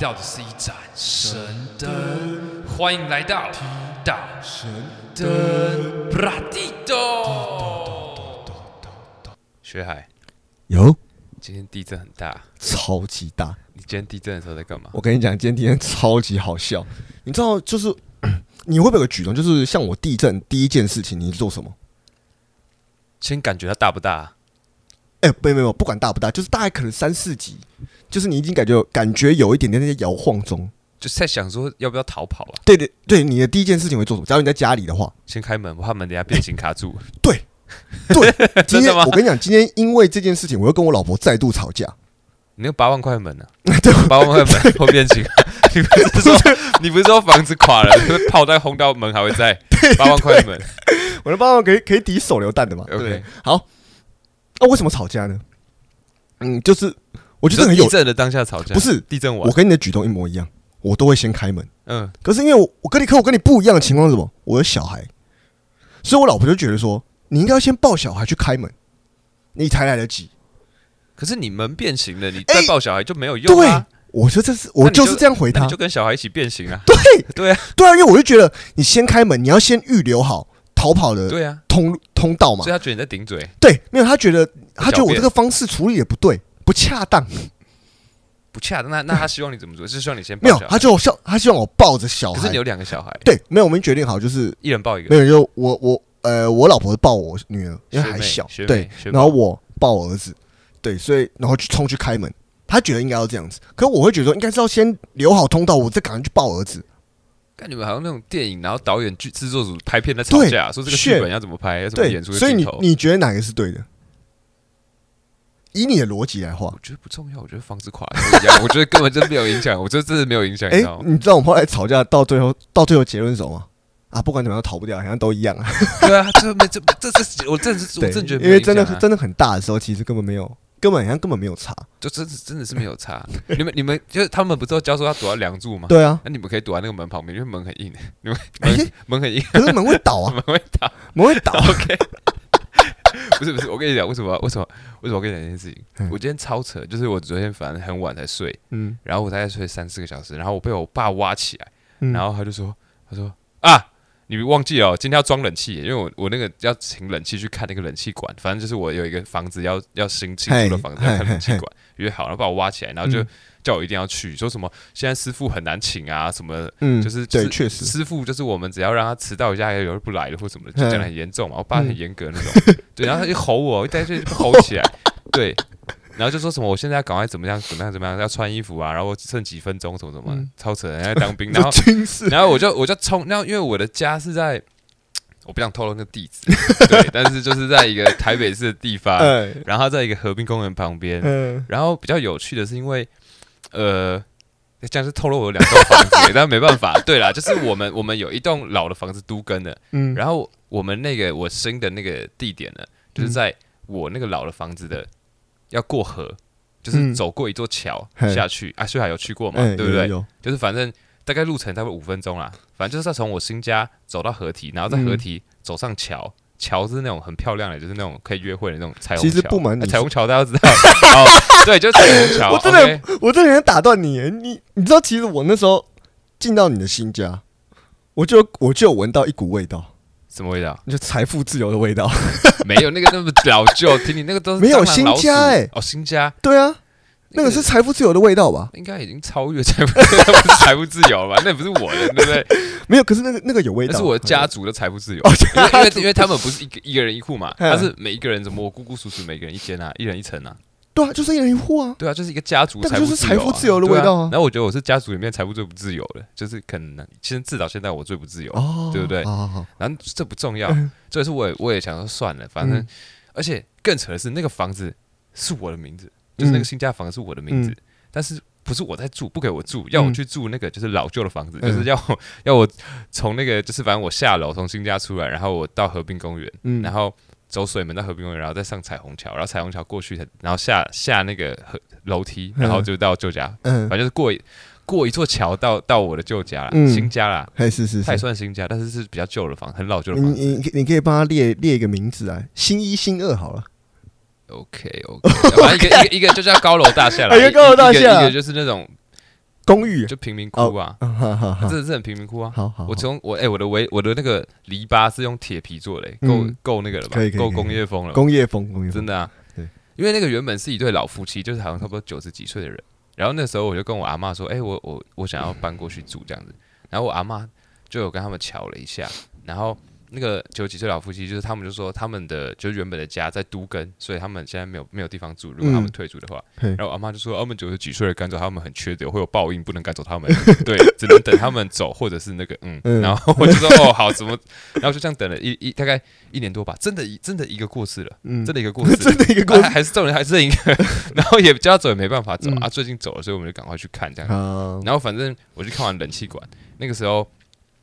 到的是一盏神灯，欢迎来到提到神灯布拉蒂多。学海，有今天地震很大，超级大。你今天地震的时候在干嘛？我跟你讲，今天天超级好笑。你知道，就是 你会不会有个举动，就是像我地震第一件事情，你做什么？先感觉它大不大？哎、没有没有，不管大不大，就是大概可能三四级，就是你已经感觉有感觉有一点点在摇晃中。就是在想说要不要逃跑啊？对对对，你的第一件事情会做什么？假如你在家里 的话，先开门，我怕门等下变形卡住。对对，今真的天吗我跟你讲，今天因为这件事情，我又跟我老婆再度吵架。 你那八万块门呢、 八万块门会变形。 你不是说 你不是说房子垮了， 就是炮弹轰到门还会在？八万块 门我的爸爸可以可以抵手榴弹的嘛 OK 对不对？好，那、为什么吵架呢？嗯，就是我觉得就很地有，震的当下吵架，不是地震完我，跟你的举动一模一样，我都会先开门。嗯，可是因为我我跟你，可我跟你不一样的情况是什么？我有小孩，所以我老婆就觉得说，你应该要先抱小孩去开门，你才来得及。可是你门变形了，你哎再抱小孩就没有用对啊，，我说这是那我你就就是这样回那他你就。跟小孩一起变形啊，对对啊，对啊，因为我就觉得你先开门，你要先预留好逃跑的对啊，通路通道嘛所以。他觉得你在顶嘴，对，没有他觉得他觉得狡我辩这个方式处理也不对，不恰当。不恰当。那那他希望你怎么做？是希望你先没抱有小，孩他，就像他希望我抱着小可是孩你。有两个小孩，对，没有，我们决定好就是一人抱一没个，有，就我我呃，我老婆抱我女儿，因为学还妹小学，对妹，学妹然后我抱我儿子，对，所以然后去冲去开门，他觉得应该要这样子，可我会觉得说应该是要先留好通道，我再赶快去抱儿子。看你们好像那种电影，然后导演剧制作组拍片在吵对架，说这个炫剧本要怎么拍，要怎么对演，出这所个以镜你头。你觉得哪个是对的？以你的逻辑来画我，觉得不重要，我觉得房子垮了都一 样，我觉得根本就没有影响，我觉得真的没有影响，你哎知道，吗？你知道我们后来吵架到最后到最后结论是什么吗？啊，不管怎么样逃不掉，好像都一样啊。 对啊，这没这这这，我真的是我对，真的觉得没因有为影响真的啊啊真的很大的时候，其实根本没有，根本好像根本没有差。就真的真的是没有差。你们你们就是他们不是都教说要躲到梁柱吗？对啊，那你们可以躲在那个门旁边，因为门很硬， 你们哎门门很硬， 可是门会倒啊，门会倒。门会倒啊。不是不是，我跟你讲，为什么为什么为什么我跟你讲一件事情？嗯我今天超扯，就是我昨天反正很晚才睡，嗯，然后我大概睡三四个小时，然后我被我爸挖起来，嗯然后他就说他说啊。你忘记了哦，今天要装冷气耶，因为我我那个要请冷气去看那个冷气管，反正就是我有一个房子要要新新嘿租的房子要嘿看冷气嘿管，约好，然后把我挖起来，然后就嗯叫我一定要去，说什么现在师傅很难请啊，什么嗯就是就对，是确实，师傅就是我们只要让他迟到一下，有人不来了或什么的，就嗯讲的很严重嘛。我爸很严格那 种，对，然后他就吼我，一待就吼起来，对，然后就说什么我现在要赶快怎么样怎么样怎么样，要穿衣服啊，然后剩几分钟，怎么怎么嗯， 超扯，人家当 兵，然这后军事然后我就我就冲，那因为我的家是在，我不想透露那个地址， 对，但是就是在一个台北市的地方，哎然后它在一个河滨公园旁边，嗯，然后比较有趣的是，因为呃，这样是透露我有两栋房子， 但没办法。对啦，就是我们我们有一栋老的房子都跟的，嗯然后我们那个我新的那个地点呢，嗯就是在我那个老的房子的要过河，就是嗯走过一座桥嘿下去。啊，秀海有去过嘛？哎对不对？有就是反正大概路程大概五分钟啦，反正就是要从我新家走到河堤，然后在河嗯堤走上桥。桥是那种很漂亮的，就是那种可以约会的那种彩虹桥。其实不瞒你啊说彩虹桥大家都知道， 哦，对，就是彩虹桥。我真的 OK 有我真的想打断你耶，你你知道，其实我那时候进到你的新家，我就我就有闻到一股味道，什么味道？就财富自由的味道。 没有那个那么老旧，听你那个都是没有蟑螂新老鼠家欸哦，新家对啊，那个是财富自由的味道吧？应该已经超越财富， 那不是财富自由了吧？那不是我的，对不对？没有，可是那个那个有味道，那是我家族的财富自由。哦，因为因为家族因为他们不是一个一个人一户嘛，嗯他是每一个人怎么我姑姑叔叔每个人一间啊，一人一层啊，对啊，就是一人一户啊。对啊，就是一个家族那财个富就由是啊财富自由的味道对啊啊。然后我觉得我是家族里面财富最不自由的，就是可能其实至少现在我最不自由。哦，对不对好好好，然后这不重 要，嗯这是我也我也想说算了，反正、嗯而且更扯的是那个房子是我的名字，就是那个新家房子是我的名字，嗯但是。不是我在住，不给我住，要我去住那个就是老旧的房子，嗯就是要我要我从那个就是反正我下楼从新家出来，然后我到河滨公园，嗯然后走水门到河滨公园，然后再上彩虹桥，然后彩虹桥过去，然后下下那个河楼梯，嗯然后就到旧家，嗯反，正就是过一过一座桥到到我的旧家啦，嗯新家啦，还是是嗯它也是，算新家，但是是比较旧的房，很老旧的你房子。你你可以帮他列列一个名字啊，新一、新二好了。 OK OK，反正一个一个一个就叫高楼大厦啦，一个高楼大厦一个一个就是那种公寓， 就贫民窟啊，嗯哈哈哈真的是很贫民窟啊。好好，我好从我哎、我的围我的那个篱笆是用铁皮做的、够嗯够那个了吧可以可？以够可以工业风了吧，工业风，工业风真的啊。对，因为那个原本是一对老夫妻，就是好像差不多九十几岁的人。然后那时候我就跟我阿嬷说：“哎、我我我想要搬过去住这样子。”然后我阿嬷就有跟他们瞧了一下，然后那个九十几岁老夫妻就是他们就说他们的就是原本的家在都根，所以他们现在没有没有地方住。如果他们嗯退租的话，嘿然后我阿妈就说：“啊我们九十几岁的赶走他们很缺德，会有报应，不能赶走他们， 对，只能等他们走，或者是那个嗯。嗯然后我就说：“哦，好，怎么？” 然后就这样等了一一大概一年多吧，真的一，真的一个过世了，嗯真的一个过世了， 真的一个公啊 还还是这种人还是一 个，然后也叫他走也没办法走、嗯啊，最近走了，所以我们就赶快去看这样。啊，然后反正我去看完冷气馆，那个时候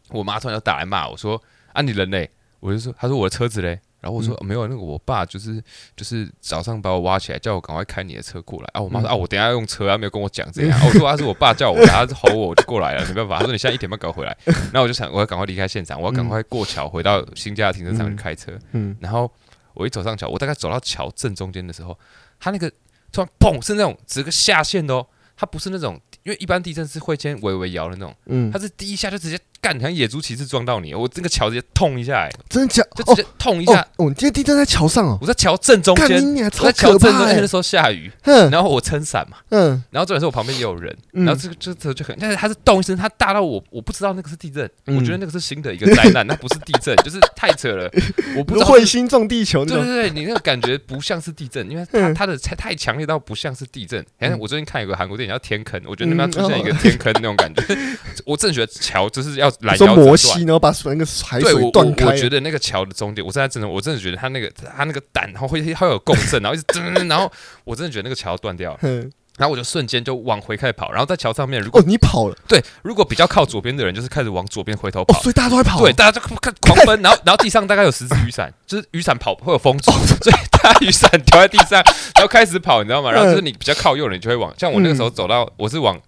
我妈突然就打来骂我说：“啊，你人嘞？”我就说：“她说我的车子嘞。”然后我说、嗯没有，那个我爸就是就是早上把我挖起来，叫我赶快开你的车过来啊。我妈嗯说、啊，我等一下要用车啊，没有跟我讲这样。啊、我说啊，是我爸叫我的，他是吼我，我就过来了， 没办法。他说你现在一点半赶快回来，然后我就想我要赶快离开现场，我要赶快过桥回到新家的停车场去开车。嗯，然后我一走上桥，我大概走到桥正中间的时候，它那个突然砰是那种整个下陷的哦，它不是那种，因为一般地震是会先微微摇的那种，嗯它，是第一下就直接干，像野猪骑士撞到你，我这个桥直接痛一下、哎真的假？就哦直接痛一下，哦，哦，你今天地震在桥上哦，我在桥正中看间，你俩我超在桥可正中怕间，那欸，时候下雨，嗯然后我撑伞嘛，嗯然后重点是我旁边也有人，嗯然后这个这这就很，但是它是动一声，它大到我我不知道那个是地震，嗯我觉得那个是新的一个灾难，那不是地震，就是太扯了，我不知如道是彗星撞地球那对种，对对，你那个感觉不像是地震，因为它嗯它的太太强烈到不像是地震。反正我最近看有个韩国电影叫《天坑》，我觉得嗯那边要出现一个哦天坑那种感觉。 我正觉得桥就是要拦说腰摩折西，断。然后把那个海对我水我断我开，啊觉得那个桥的终点，我真的真的我真的觉得它那个它那个胆，然后会会有共振，然后一直噔噔噔，然后我真的觉得那个桥断掉了，嗯，然后我就瞬间就往回开始跑，然后在桥上面，如果哦，你跑了，对如果比较靠左边的人，就是开始往左边回头哦跑，，所以大家都在跑，对，，大家就看狂奔，然后然后地上大概有十只雨 伞，就是雨伞跑会有风阻，哦 所以大家雨伞掉在地上，然后开始跑，你知道嗯吗？然后就是你比较靠右的，你就会往像我那个时候走到我是往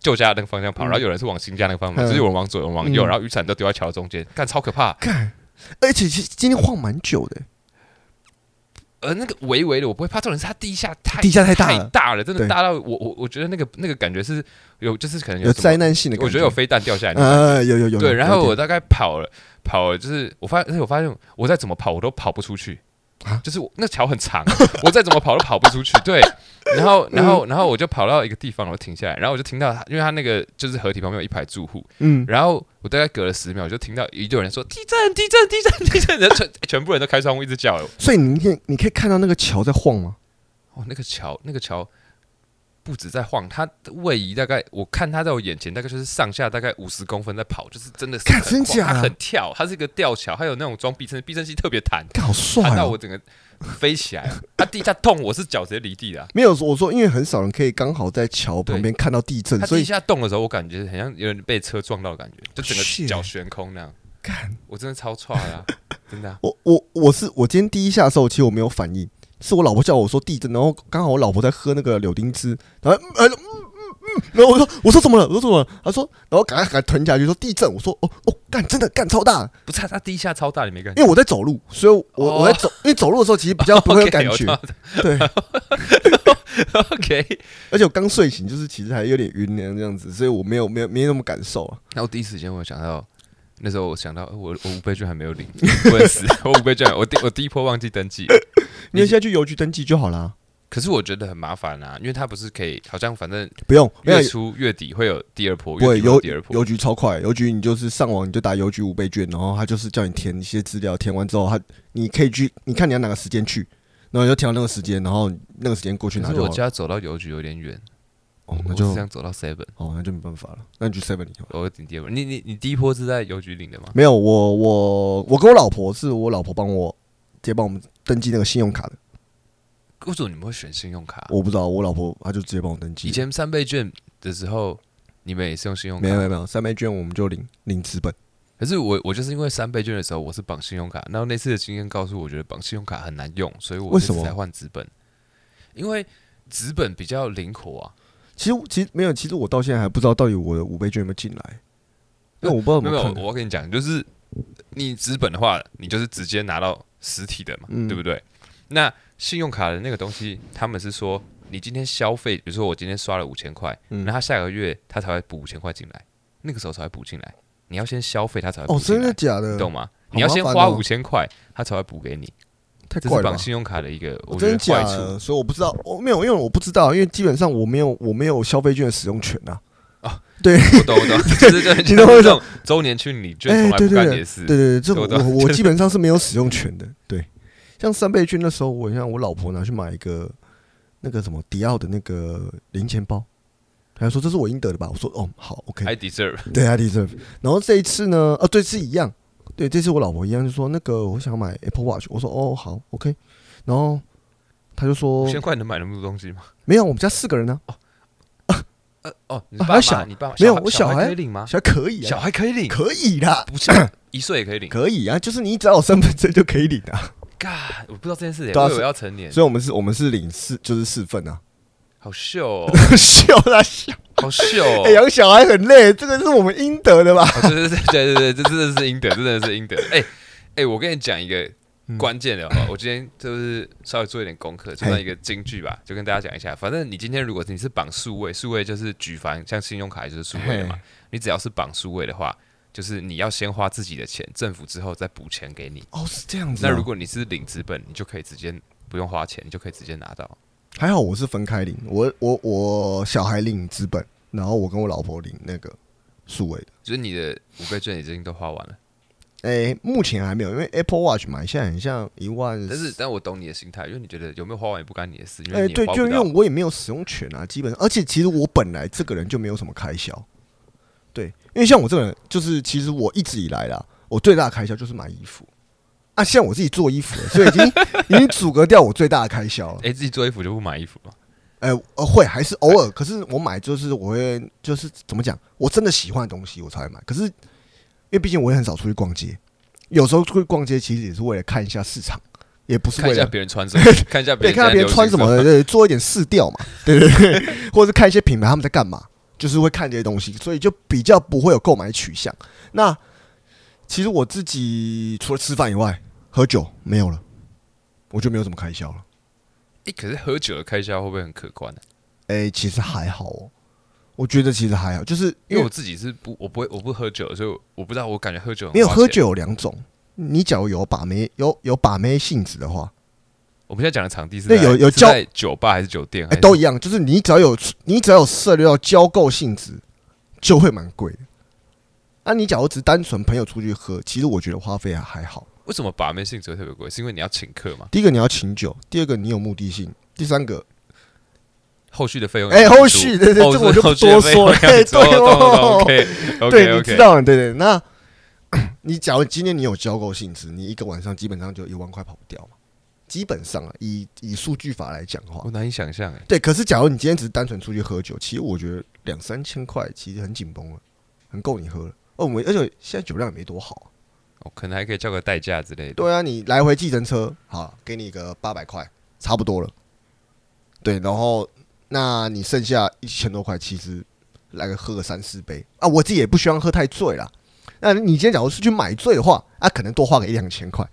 旧家那个方向跑，嗯然后有人是往新家那个方向，嗯就是有人往左，有人往右，嗯然后雨伞都丢在桥中间，干超可怕。看，而且其实今天晃蛮久的，呃，那个微微的我不会怕，重点是它地下太地下太大太了大了，真的对大到我我我觉得那个那个感觉是有就是可能有有什么灾难性的感，我觉得有飞弹掉下来那种呃，有有有，对，然后有我大概跑了跑了，就是我发，而且我发现我再怎么跑我都跑不出去，啊就是我那桥很长，啊我再怎么跑都跑不出去。对，然后然后然后我就跑到一个地方，我停下来，然后我就听到，因为他那个就是河堤旁边有一排住户，嗯，然后我大概隔了十秒，我就听到一堆人说地震地震地震地震，然后全全部人都开窗户一直叫。所以你可以你可以看到那个桥在晃吗？哦，那个桥那个桥。不止在晃，它的位移大概，我看它在我眼前，大概就是上下大概五十公分在跑，就是真的是干很真晃假它啊很跳，它是一个吊桥，还有那种装避震，避震器特别弹，看好帅弹到哦我！整个飞起来。它地下动，我是脚直接离地的啊、没有，我说因为很少人可以刚好在桥旁边看到地震它，所地以下动的时候，我感觉很像有点被车撞到的感觉，就整个 Shit 脚悬空那样。看我真的超踹啊，真的啊、我我我是我今天第一下的时候，其实我没有反应，是我老婆叫我说地震，然后刚好我老婆在喝那个柳丁汁，然后呃。嗯嗯嗯，然后我说我说怎么了？我说怎么了？她说，然后赶快赶快吞下去，说地震。我说哦哦，干真的干超大，不是啊它地下超大，你没感觉？因为我在走路，所以我、哦我在走，因为走路的时候其实比较不会有 感觉 o 对， k OK，而且我刚睡醒，就是其实还有点晕那样子，所以我没有没有没那么感受啊。然后第一时间我想到，那时候我想到，呃我我五倍券还没有领，我很死，我五倍券，我第我第一波忘记登记了，你现在去邮局登记就好啦，可是我觉得很麻烦啊，因为它不是可以，好像反正不用，没有月初月底会有第二波，不月会底会有邮第二波，邮局超快，邮局你就是上网你就打邮局五倍券，然后他就是叫你填一些资料，填完之后他你可以去，你看你要哪个时间去，然后你就填到那个时间，然后那个时间过去可拿是就我好了。家走到邮局有点远，哦，那我就是这样走到 seven，哦，那就没办法了，那你去 seven 里好了。我有点第二波。你你你第一波是在邮局领的吗？没有，我我我跟我老婆是我老婆帮我直接帮我们登记那个信用卡的，为什么你们会选信用卡？啊我不知道，我老婆她就直接帮我登记以。前三倍券的时候，你们也是用信用没有没卡，有没有，三倍券我们就领领资本。可是我我就是因为三倍券的时候我是绑信用卡，然后那次的经验告诉我，我觉得绑信用卡很难用，所以我为什这次么才换纸本？因为纸本比较灵活啊。其实其实没有，其实我到现在还不知道到底我的五倍券有没有进来，因为我不知道没怎有，没么有看。我要跟你讲，就是你纸本的话，你就是直接拿到实体的嘛，嗯对不对？那信用卡的那个东西，他们是说你今天消费，比如说我今天刷了五千块，嗯然后他下个月他才会补五千块进来，那个时候才会补进来。你要先消费，他才会补哦，进真来，的假的啊你？懂吗？好你要先麻烦花哦五千块，他才会补给你。太这怪是了绑吧。哦信用卡的一个我觉真得的假坏处的？所以我不知道，我没有，因为我不知道，因为基本上我没有，我没有消费券的使用权啊。我懂我懂，就是就是你懂这我意思种周年庆你券哎从来对不对干你的事，对对对，这对种对我我基本上是没有使用权的。对，像三倍券那时候，我像我老婆拿去买一个那个什么迪奥的那个零钱包，她说这是我应得的吧？我说哦好，OK， i deserve。对，I deserve。然后这一次呢，呃、对，是一样，对，这次我老婆一样就说那个我想买 Apple Watch，我说哦好，OK，然后她就说五千块能买那么多东西吗？没有，我们家四个人呢、呃哦，你啊爸妈，小你爸妈没小有孩我小孩孩可以领吗？小孩可以啊，小孩可以领，可以啦，不像 一岁也可以领。可以啊，就是你只要有身份证就可以领啊。 God，我不知道这件事情，对啊我以为是要成年，所以我们是，我们是领四，就是四份 啊。好秀哦，笑啦笑，好秀哦 哎，养小孩很累，这个是我们应得的吧？哦对对对对对对，这真的是应得，这真的是应得。哎哎，我跟你讲一个嗯关键的好不好，我今天就是稍微做一点功课，就嘿算一个京剧吧，就跟大家讲一下。反正你今天如果你是绑数位，数位就是举凡像信用卡就是数位的嘛，你只要是绑数位的话，就是你要先花自己的钱，政府之后再补钱给你。哦，是这样子啊。那如果你是领资本，你就可以直接不用花钱，你就可以直接拿到。还好，我是分开领，我我我小孩领资本，然后我跟我老婆领那个数位的。就是你的五倍券已经都花完了，哎、目前还没有，因为 Apple Watch 买现在很像一万，但是但我懂你的心态，因为你觉得有没有花完也不干你的事，因哎、为你也对，花就不因到。为我也没有使用权啊，基本上，而且其实我本来这个人就没有什么开销，对，因为像我这个人，就是其实我一直以来啦，我最大的开销就是买衣服啊，像我自己做衣服了，所以已 经已经阻隔掉我最大的开销了哎、。自己做衣服就不买衣服吗？哎、呃，会还是偶尔，可是我买就是我会就是怎么讲，我真的喜欢的东西我才会买，可是因为毕竟我也很少出去逛街，有时候出去逛街其实也是为了看一下市场，也不是看为一下了别人穿什么，看一下别 对，人看到别人穿什么，现在流行对，做一点试调嘛，对 对对，或者是看一些品牌他们在干嘛，就是会看这些东西，所以就比较不会有购买取向。那其实我自己除了吃饭以外，喝酒没有了，我就没有什么开销了。哎、可是喝酒的开销会不会很可观呢、哎、其实还好哦，我觉得其实还好，就是因为因为我自己是不，我不会，我不喝酒，所以我不知道，我感觉喝酒很没有花喝钱。酒有两种，你假如有把妹有有把妹性质的话，我们现在讲的场地是那在有有是交在酒吧还是酒店？还哎、是都一样，就是你只要有你只要有涉猎到交购性质，就会蛮贵的。那、你假如只单纯朋友出去喝，其实我觉得花费还还好。为什么把妹性质会特别贵？是因为你要请客嘛？第一个你要请酒，第二个你有目的性，第三个后续的费用哎、也是后你出续对对，后这个我就不多说了。哎、对对哦， ，OK OK 对，你 OK，知道了，对对。那你假如今天你有交购性质，你一个晚上基本上就一万块跑不掉嘛。基本上啊，以以数据法来讲的话我，难以想象哎、对，可是假如你今天只是单纯出去喝酒，其实我觉得两三千块其实很紧绷了，很够你喝了。哦，我们而且现在酒量也没多好啊、哦，可能还可以叫个代驾之类的。对啊，你来回计程车，好，给你个八百块，差不多了。对，然后那你剩下一千多块，其实来个喝个三四杯啊，我自己也不希望喝太醉啦。那你今天假如是去买醉的话，啊，可能多花个一两千块。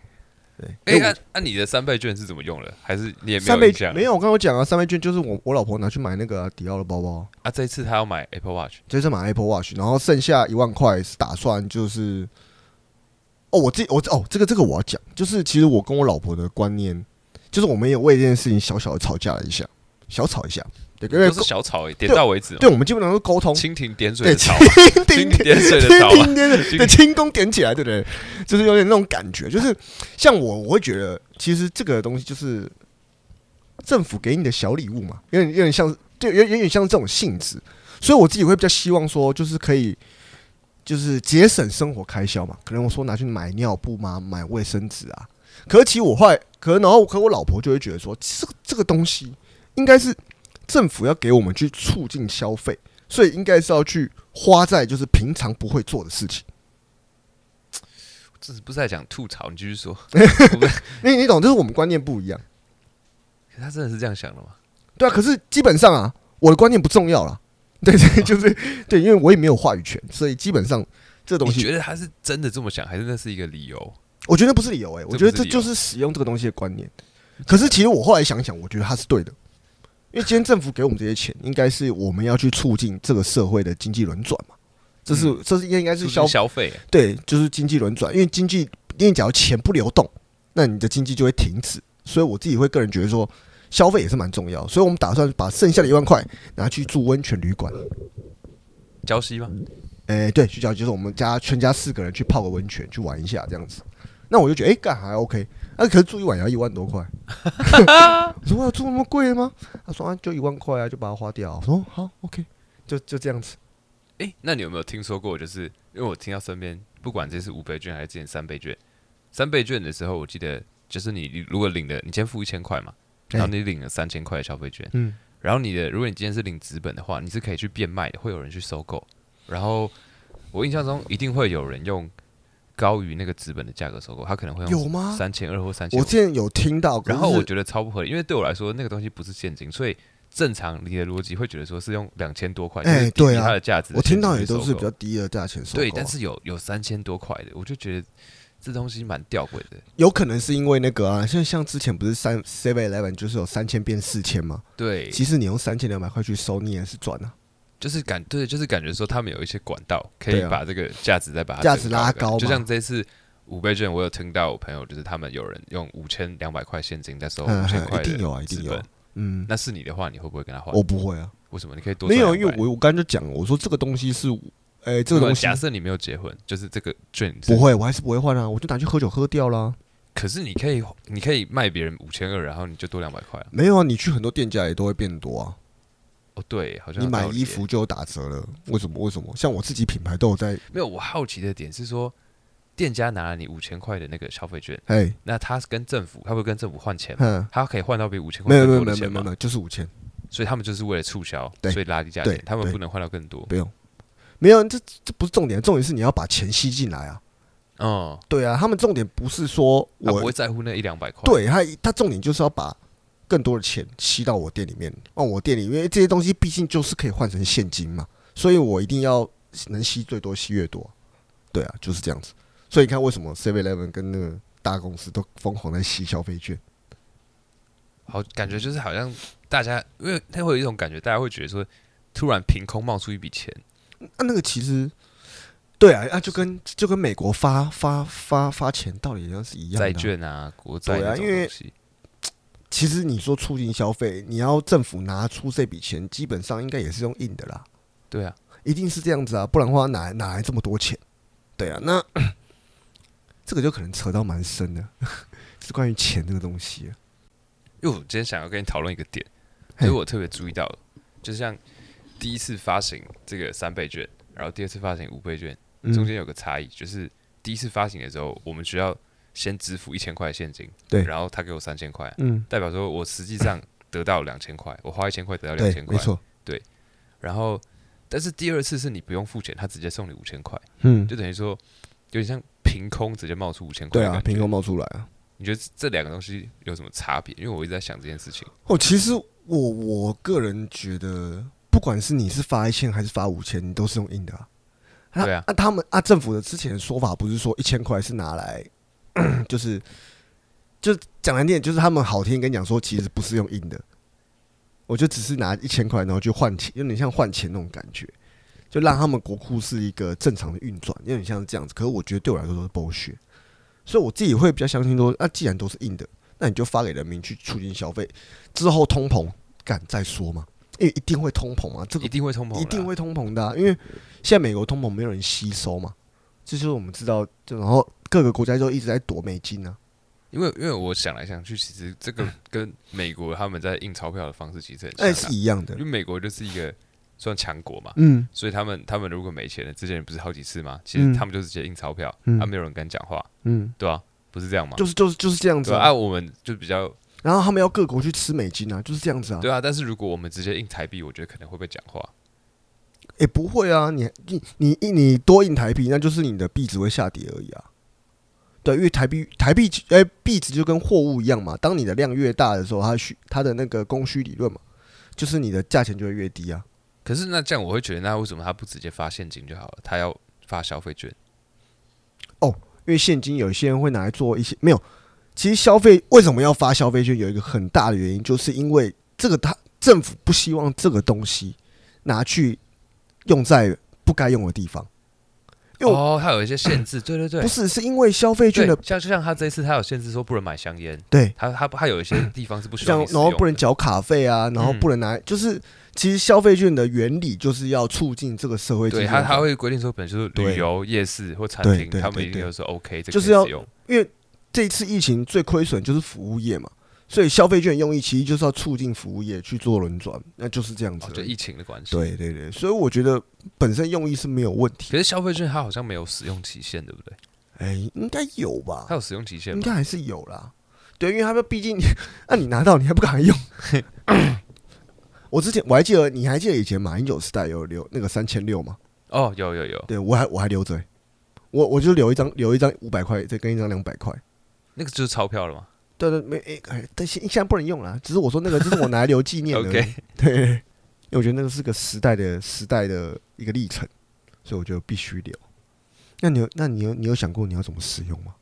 对，哎、因为那、我那你的三倍券是怎么用的？还是你也没三有倍印象？没有，我刚刚有讲啊，三倍券就是我我老婆拿去买那个啊、迪奥的包包啊。啊，这一次他要买 Apple Watch，这次买 Apple Watch，然后剩下一万块是打算就是，哦，我自己我哦，这个这个我要讲，就是其实我跟我老婆的观念，就是我们也为这件事情小小的吵架了一下，小吵一下，对，因为都是小吵、欸，点到为止、哦，对我们基本上都沟通，蜻蜓点水对，的吵蜻啊，蜓蜻点蜓点水的蜻吵啊蜓点水，对，轻功点起来，对不对？就是有点那种感啊觉，就是像我，我会觉得其实这个东西就是政府给你的小礼物嘛，有点有点像，对，有有点像这种性质，所以我自己会比较希望说，就是可以。就是节省生活开销嘛，可能我说拿去买尿布嘛，买卫生纸啊。可是其实我后来，可能然后可我老婆就会觉得说，这个这个东西应该是政府要给我们去促进消费，所以应该是要去花在就是平常不会做的事情。 这是不是在讲吐槽？你继续说。我不是你你懂，就是我们观念不一样，可他真的是这样想的吗？对啊。可是基本上啊，我的观念不重要啦。 对对，就是对，因为我也没有话语权，所以基本上这东你西，觉得他是真的这么想，还是那是一个理由？我觉得不是理由哎、不我是觉得这理由就是使用这个东西的观念。可是其实我后来想想，我觉得他是对的，因为今天政府给我们这些钱，应该是我们要去促进这个社会的经济轮转嘛。这是、这是应该是嗯促消进消费，对，就是经济轮转，因为经济，因为假如钱不流动，那你的经济就会停止。所以我自己会个人觉得说，消费也是蛮重要。所以我们打算把剩下的一万块拿去住温泉旅嗯馆。礁溪吗？诶，对，徐小就是我们家全家四个人去泡个温泉，去玩一下这样子。那我就觉得，诶，哎干还 OK。那、可是住一晚也要一万多 块。我说我要住那么贵吗？他说啊，就一万块啊，就把它花掉。我说好，OK，就就这样子。诶、那你有没有听说过？就是因为我听到身边，不管这是五倍券还是之前三倍券，三倍券的时候，我记得就是你如果领了，你先付一千块嘛，然后你领了三千块的消费券，嗯，然后你的如果你今天是领纸本的话，你是可以去变卖的，会有人去收购。然后我印象中一定会有人用高于那个纸本的价格收购，他可能会有用吗？三千二或三千我之前有听到，可然后是我觉得超不合理，因为对我来说那个东西不是现金，所以正常你的逻辑会觉得说是用两千多块，哎就是对抵啊它的价值的我现金听到去也都收是购比较低的价钱收购啊、对，但是有有三千多块的，我就觉得这东西蛮吊诡的。有可能是因为那个啊，像像之前不是三 Seven Eleven 就是有三千变四千嘛，对，其实你用三千两百块去收，你也是赚啊。就是感对，就是感觉说他们有一些管道可对以啊把这个价值再把它价值整拉高高的就嘛像这次五倍券，我有听到我朋友就是他们有人用五千两百块现金在收嗯哦五千嗯块一定有的啊一资定有本啊，嗯，那是你的话，你会不会跟他换？我不会啊，为什么？你可以多没有，赚因为200我我刚才就讲了，我说这个东西是，哎、这没有个东西假设你没有结婚，就是这个券是不会，我还是不会换啊，我就拿去喝酒喝掉啦。可是你可以，你可以卖别人五千二，然后你就多两百块啊。没有啊，你去很多店家也都会变多啊，哦，对，好像你有道买理衣耶服就有打折了，为什么？为什么？像我自己品牌都有在，没有？我好奇的点是说，店家拿了你五千块的那个消费券，哎，那他是跟政府，他会跟政府换钱吗，哼，他可以换到比五千块嗯没有更没有多的没有没有钱没有吗没？有，就是五千。所以他们就是为了促销，对所以拉低价对钱，他们对不能换到更多。不用，没有，这这不是重点，重点是你要把钱吸进来啊。嗯，对啊，他们重点不是说他不我，会在乎那一两百块。，对他他重点就是要把更多的钱吸到我店里面，往我店里，因为这些东西毕竟就是可以换成现金嘛，所以我一定要能吸最多吸越多。对啊，就是这样子。所以你看为什么 Seven Eleven 跟那个大公司都疯狂在吸消费券？好，感觉就是好像大家，因为他会有一种感觉，大家会觉得说，突然凭空冒出一笔钱，那、那个其实。对啊，啊就跟就跟美国发发发发钱道理一样是一样的啊、债券啊、国债对啊那种因为东西。其实你说促进消费，你要政府拿出这笔钱，基本上应该也是用印的啦，对啊，一定是这样子啊，不然的话哪哪来这么多钱？对啊，那 这个就可能扯到蛮深的，是关于钱这个东西啊、因为我今天想要跟你讨论一个点，嘿就是我特别注意到的，就像第一次发行这个三倍券，然后第二次发行五倍券，嗯中间有个差异，就是第一次发行的时候，我们需要先支付一千块现金，对然后他给我三千块，嗯，代表说我实际上得到两千块，我花一千块得到两对千，块没，错，然后但是第二次是你不用付钱，他直接送你五千块，嗯，就等于说有点像凭空直接冒出五千块对的啊，感觉，凭空冒出来啊。你觉得这两个东西有什么差别？因为我一直在想这件事情，哦，其实我我个人觉得，不管是你是发一千还是发五千，你都是用印的啊。对啊那他们啊，政府的之前的说法不是说一千块是拿来， 就是就讲难听，就是他们好听跟你讲说，其实不是用印的，我就只是拿一千块，然后去换钱，有点像换钱那种感觉，就让他们国库是一个正常的运转，有点像是这样子。可是我觉得对我来说都是剥削，所以我自己会比较相信说，那、啊既然都是印的，那你就发给人民去促进消费，之后通膨敢再说嘛，因为一定会通膨嘛，这个一定会通膨的啊，一定会通膨的啊、因为现在美国通膨没有人吸收嘛，这就是我们知道，就然后各个国家都一直在躲美金啊，因为因为我想来想去，其实这个跟美国他们在印钞票的方式其实很像、哎、啊，是一样的因为，美国就是一个算强国嘛，嗯所以他们他们如果没钱了，之前不是好几次吗？其实他们就直接印钞票，嗯啊，没有人敢讲话，嗯，对啊，不是这样吗？就是啊就是就是这样子对啊啊，啊我们就比较然后他们要各国去吃美金啊，就是这样子啊，对啊，但是如果我们直接印台币，我觉得可能会被讲话。也、不会啊，你你你你多印台币，那就是你的币值会下跌而已啊。对，因为台币台币哎币值就跟货物一样嘛，当你的量越大的时候，它需它的那个供需理论嘛，就是你的价钱就会越低啊。可是那这样我会觉得，那为什么他不直接发现金就好了？他要发消费券，因为现金有些人会拿来做一些没有。其实消费为什么要发消费券，有一个很大的原因，就是因为这个它政府不希望这个东西拿去用在不该用的地方，因为我哦，它有一些限制，对对对不，是是因为消费券的对，像就像他这一次，他有限制说不能买香烟，对，他他他有一些地方是不需要像你使然后用不能的嗯缴卡费啊，然后不能拿，就是其实消费券的原理就是要促进这个社会经对济他发展，他会规定说，可能就是对旅游、夜市或餐对厅，对他们对一定对都是 OK，这个就可是以要使用因为这次疫情最亏损就是服务业嘛，所以消费券的用意其实就是要促进服务业去做轮转，那就是这样子哦而已。就疫情的关系。嗯对对对，所以我觉得本身用意是没有问题。可是消费券它好像没有使用期限，对不对？哎、应该有吧它？有使用期限应吗？该还是有啦。对，因为他们毕竟，那、你拿到你还不赶 快用？我之前我还记得，你还记得以前马英九时代有留那个三千六吗？哦，有有有，对我还我还留着欸、我我就留一张留一张五百块，再跟一张两百块。那个就是钞票了嘛。对对，没哎哎，但现现在不能用了，只是我说那个就是我拿来留纪念 的。OK，对，因为我觉得那个是个时代的时代的一个历程，所以我觉得必须留。那你有那你有你有想过你要怎么使用吗？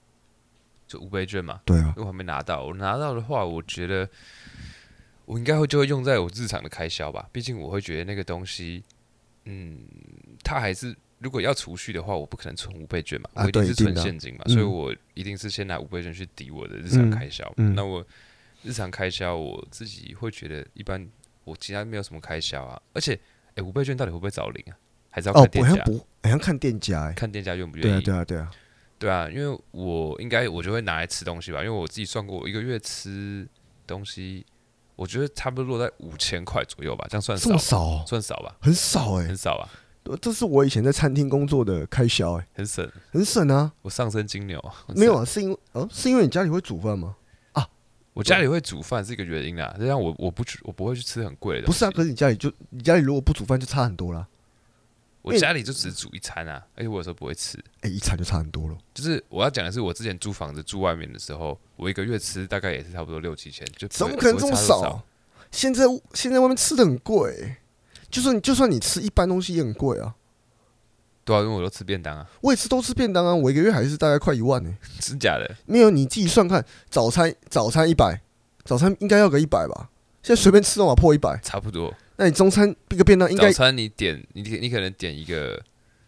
就五倍券嘛，对啊，因为我还没拿到。我拿到的话，我觉得我应该会就会用在我日常的开销吧。毕竟我会觉得那个东西，嗯，它还是如果要储蓄的话，我不可能存五倍券嘛，啊我一定对是一定存的啊现金嘛，嗯所以我一定是先拿五倍券去抵我的日常开销。嗯嗯那我日常开销我自己会觉得一般，我其他没有什么开销啊。而且，哎、五倍券到底会不会找零啊？还是要哦，看不店好家像，不好像看店家哎、看店家愿不愿意。对啊对啊对啊，对啊，因为我应该我就会拿来吃东西吧，因为我自己算过，我一个月吃东西，我觉得差不多落在五千块左右吧，这样算这少吧么少、哦，算少吧，很少哎、很少啊，这是我以前在餐厅工作的开销哎、很省。很省啊。我上升金牛，很省没有，啊，是因为哦，是因为你家里会煮饭吗？我家里会煮饭是一个原因啊，这样我我不去我不会去吃很贵的不东是西。啊，可是你家里就你家里如果不煮饭就差很多啦，我家里就只煮一餐啊，而且我有时候不会吃。哎、一餐就差很多了，就是我要讲的是，我之前租房子住外面的时候，我一个月吃大概也是差不多六七千，就不怎会么可能不这会么差多少？现在现在外面吃的很贵、就算就算你吃一般东西也很贵啊。对啊，因为我都吃便当啊，我也吃都吃便当啊，我一个月还是大概快一万呢、真假的？没有，你自己算看，早餐早餐一百，早餐应该要个一百吧？现在随便吃都嘛破一百，差不多。那你中餐一个便当应该早餐你点你你可能点一个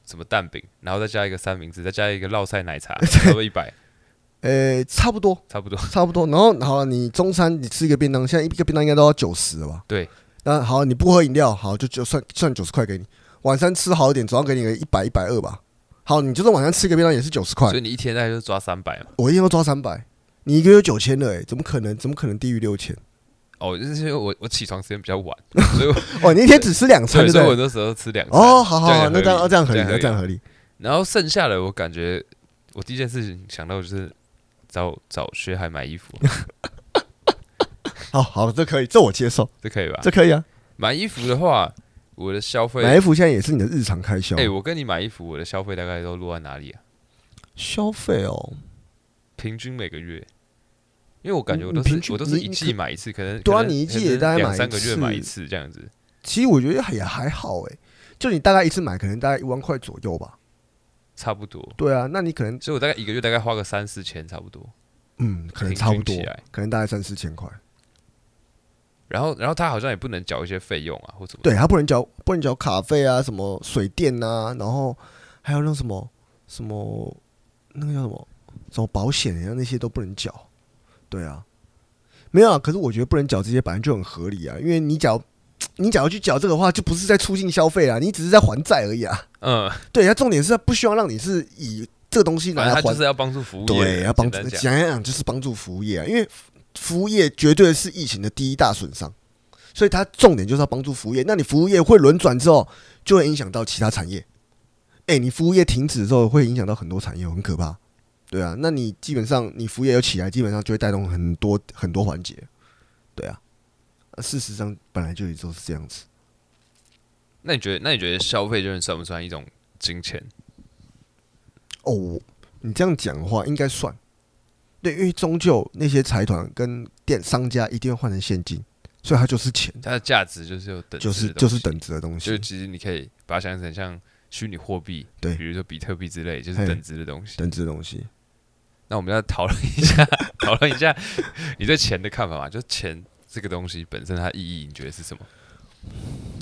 什么蛋饼，然后再加一个三明治，再加一个烙晒奶 茶，差不多一百，呃差不多差不多。差不多。然后好，你中餐你吃一个便当，现在一个便当应该都要九十了吧？对。那好，你不喝饮料，好就就算算九十块给你。晚餐吃好一点，总要给你个一百一百二吧。好，你就算晚上吃一个便当也是九十块所，以你一天大概就抓三百嘛。我一定要抓三百。你一个月九千了、欸，怎么可能？怎么可能低于 六千？哦，就是因为我我起床时间比较晚，所以我哦，你一天只吃两所餐以对不所以我对？那时候吃两餐哦，好好好，那这这样样也合哦理这这样合理，样合那理这样合理。然后剩下的我感觉我第一件事情想到就是找找薛海买衣 服，好好，这可以，这我接受，这可以吧这？可以啊。买衣服的话，我的消费买，衣服现在也是你的日常开销。哎，我跟你买衣服，我的消费大概都落在哪里啊？消费哦，平均每个月。因为我感觉我你都你嗯平是均我都是你一你季买一次，可能对啊可能你一季可也能大概两买三一个月买一次次这样子。其实我觉得也还好哎、就你大概一次买可能大概一万块左右吧。差不多。对啊，那你可能所以我大概一个月大概花个三四千差不多。嗯，可能差不平均多起来，可能大概三四千块。然后，然后他好像也不能缴一些费用啊，或什么。对，他不能缴不能缴卡费啊，什么水电啊，然后还有那什么什么那个叫什么什么保险啊，那些都不能缴。对啊，没有啊。可是我觉得不能缴这些本来就很合理啊，因为你缴你假如去缴这个的话，就不是在促进消费啊，你只是在还债而已啊。嗯，对，他重点是他不希望让你是以这个东西拿反正来他还就是要帮助服务业的，对，要帮助简单讲。讲一讲就是帮助服务业、啊，因为服务业绝对是疫情的第一大损伤，所以它重点就是要帮助服务业。那你服务业会轮转之后，就会影响到其他产业。哎、你服务业停止之后，会影响到很多产业，很可怕。对啊，那你基本上你服务业有起来，基本上就会带动很多很多环节。对啊，呃事实上本来就一直都是这样子。那你觉得，那你觉得消费券算不算一种金钱？哦，我你这样讲的话，应该算。对，因为终究那些财团跟店商家一定会换成现金，所以它就是钱，它的价值就是有等，就是就是，等值的东就西。其实你可以把它想象成像虚拟货币，对比如说比特币之类，就是嘿等值的东西。等值的东西，那我们要讨论一下，讨论一下你对钱的看法嘛？就钱这个东西本身它意义，你觉得是什么？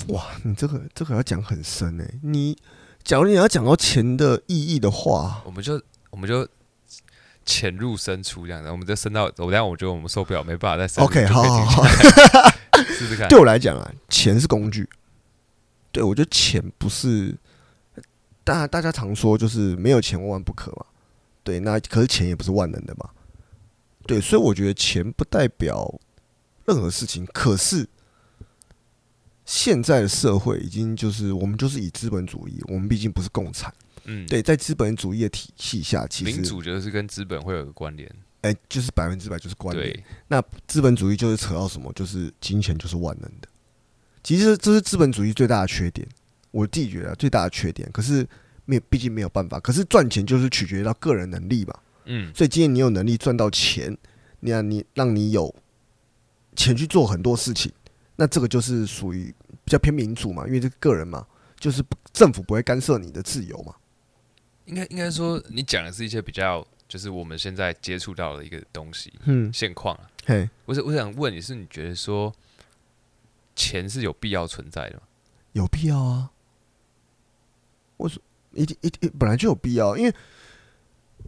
哇，你这个这个要讲很深哎、你假如你要讲到钱的意义的话，我们就我们就潜入深出这样子，我们就深到我等一下我觉得我们受不了，没办法再深入 OK，就可以好进好去试试看。对我来讲啊，钱是工具。对我觉得钱不是大大家常说就是没有钱万万不可嘛。对，那可是钱也不是万能的嘛。对，所以我觉得钱不代表任何事情。可是现在的社会已经就是我们就是以资本主义，我们毕竟不是共产。嗯，，对，在资本主义的体系下，其民实主觉得是跟资本会有个关联，哎、就是百分之百就是关联。对，那资本主义就是扯到什么，就是金钱就是万能的。其实这是资本主义最大的缺点，我自己觉得最大的缺点。可是没有，毕竟没有办法。可是赚钱就是取决于到个人能力嘛。嗯所以今天你有能力赚到钱，你让你让你有钱去做很多事情，那这个就是属于比较偏民主嘛，因为这个人嘛，就是不政府不会干涉你的自由嘛。应该应该说你讲的是一些比较就是我们现在接触到的一个东西嗯，现况啊。嘿，我想我想问你是你觉得说钱是有必要存在的吗？有必要啊？我说一定一定本来就有必要，因为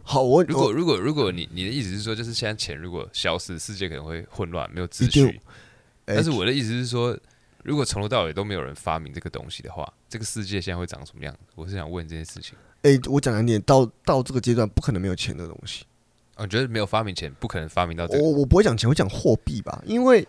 好，我如我果如果如果你你的意思是说，就是现在钱如果消失，世界可能会混乱，没有一秩定序。哎但是我的意思是说，如果从头到尾都没有人发明这个东西的话，这个世界现在会长什么样子？我是想问这件事情。哎、我讲难点，到到这个阶段不可能没有钱的东西。我哦觉得没有发明前，不可能发明到这个。我我不会讲钱，我讲货币吧，因为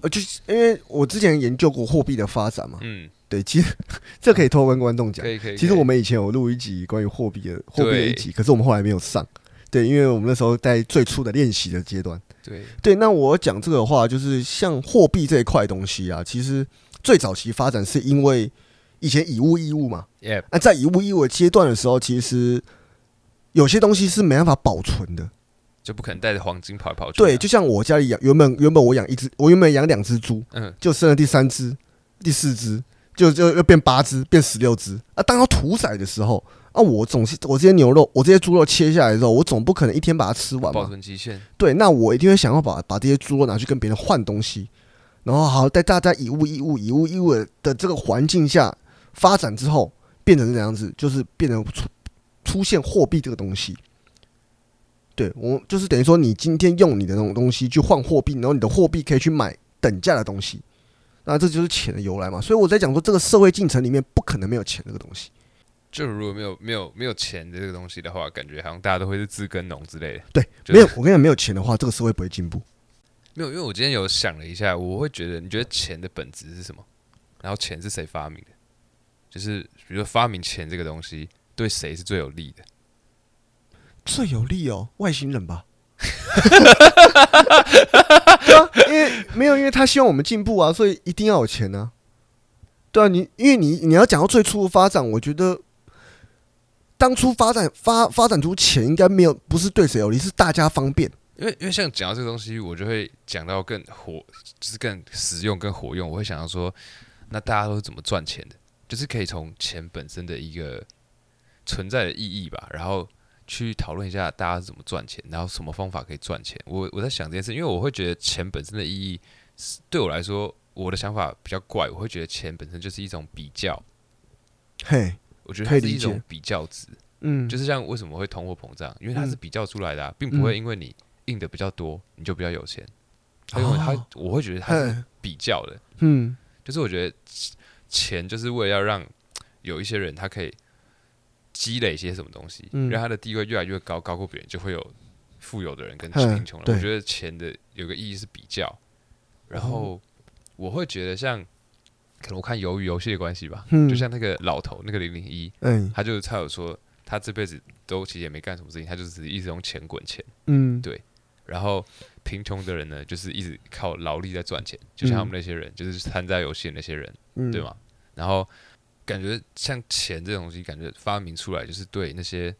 呃，就是因为我之前研究过货币的发展嘛。嗯，对，其实这可以偷跟观众讲可。以可以。其实可以我们以前有录一集关于货币的货币的对一集，可是我们后来没有上。对，因为我们那时候在最初的练习的阶段。对对，那我讲这个的话，就是像货币这一块东西啊，其实最早期发展是因为以前以物易物嘛。 ，yeah，那在以物易物的阶段的时候，其实有些东西是没办法保存的。就不可能带着黄金跑来跑去啊。对，就像我家里养，原本原本我养一只，我原本养两只猪，嗯，就生了第三只、第四只，就就又变八只，变十六只。啊，当要屠宰的时候，啊，我总是我这些牛肉，我这些猪肉切下来之后，我总不可能一天把它吃完保嘛。存期限。对，那我一定会想要把把这些猪肉拿去跟别人换东西，然后好在大家以物易物、以物易物的这个环境下发展之后，变成怎样子？就是变成出出现货币这个东西。对我就是等于说，你今天用你的那种东西去换货币，然后你的货币可以去买等价的东西，那这就是钱的由来嘛。所以我在讲说，这个社会进程里面不可能没有钱这个东西。就如果没有没有没有钱的这个东西的话，感觉好像大家都会是自耕农之类的。对，就是没有我跟你讲，没有钱的话，这个社会不会进步。没有，因为我今天有想了一下，我会觉得，你觉得钱的本质是什么？然后钱是谁发明的？就是比如说发明钱这个东西，对谁是最有利的？最有利哦，外星 人吧。对啊，因为没有，因为他希望我们进步啊，所以一定要有钱啊。对啊，你因为你你要讲到最初的发展，我觉得当初发展发发展出钱，应该没有不是对谁有利，是大家方便。因为因为像讲到这个东西，我就会讲到更活，就是更实用、更活用。我会想到说，那大家都是怎么赚钱的？就是可以从钱本身的一个存在的意义吧，然后去讨论一下大家是怎么赚钱，然后什么方法可以赚钱。我我在想这件事，因为我会觉得钱本身的意义是对我来说，我的想法比较怪，我会觉得钱本身就是一种比较，嘿，我觉得它可以是理一解种比较值。嗯，就是像为什么会通货膨胀，因为它是嗯比较出来的、啊，并不会因为你印的比较多，你就比较有钱。因为它哦，我会觉得它 是嘿，比较的，嗯，就是我觉得钱就是为了要让有一些人他可以积累一些什么东西，嗯让他的地位越来越高，高过别人，就会有富有的人跟 嗯贫穷人。对哦我觉得钱的有个意义是比较，然后我会觉得像可能我看《鱿鱼游戏》的关系吧，嗯就像那个老头那个零零一，哎，他就是他有说，他这辈子都其实也没干什么事情，他就只是一直用钱滚钱。嗯，对然后贫穷的人呢，就是一直靠劳力在赚钱，就像他们那些人，就是参加游戏的那些人，嗯对？吗？然后感觉像钱这种东西，感觉发明出来就是对那些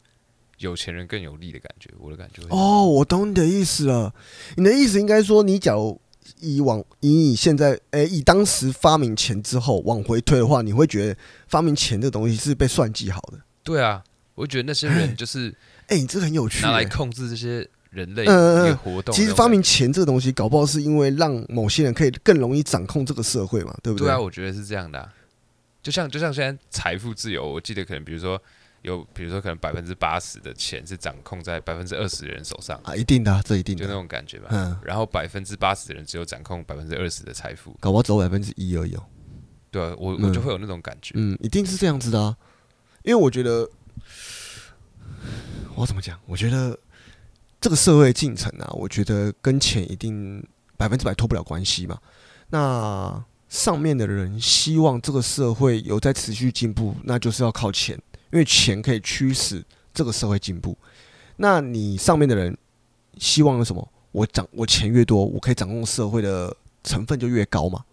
有钱人更有利的感觉，我的感觉会。哦，我懂你的意思了。你的意思应该说，你假如以往以你现在，诶、以当时发明前之后往回推的话，你会觉得发明前这东西是被算计好的。对啊，我觉得那些人就是 哎、你这个很有趣、拿来欸。控制这些人类一嗯嗯嗯个活动。其实发明钱这个东西，搞不好是因为让某些人可以更容易掌控这个社会嘛，对不对啊，我觉得是这样的啊、就像就像现在财富自由，我记得可能比如说有，比如说可能百分之八十的钱是掌控在百分之二十的人手上，啊，一定的啊、这一定就那的，种感觉吧。嗯，然后百分之八十的人只有掌控百分之二十的财富，搞不好只有百分之一而已哦。对啊，我我嗯就会有那种感觉。嗯，一定是这样子的啊，因为我觉得， 我怎么讲？我觉得这个社会进程啊，我觉得跟钱一定百分之百脱不了关系嘛。那上面的人希望这个社会有在持续进步，那就是要靠钱，因为钱可以驱使这个社会进步。那你上面的人希望了什么？我掌我钱越多，我可以掌控社会的成分就越高嘛。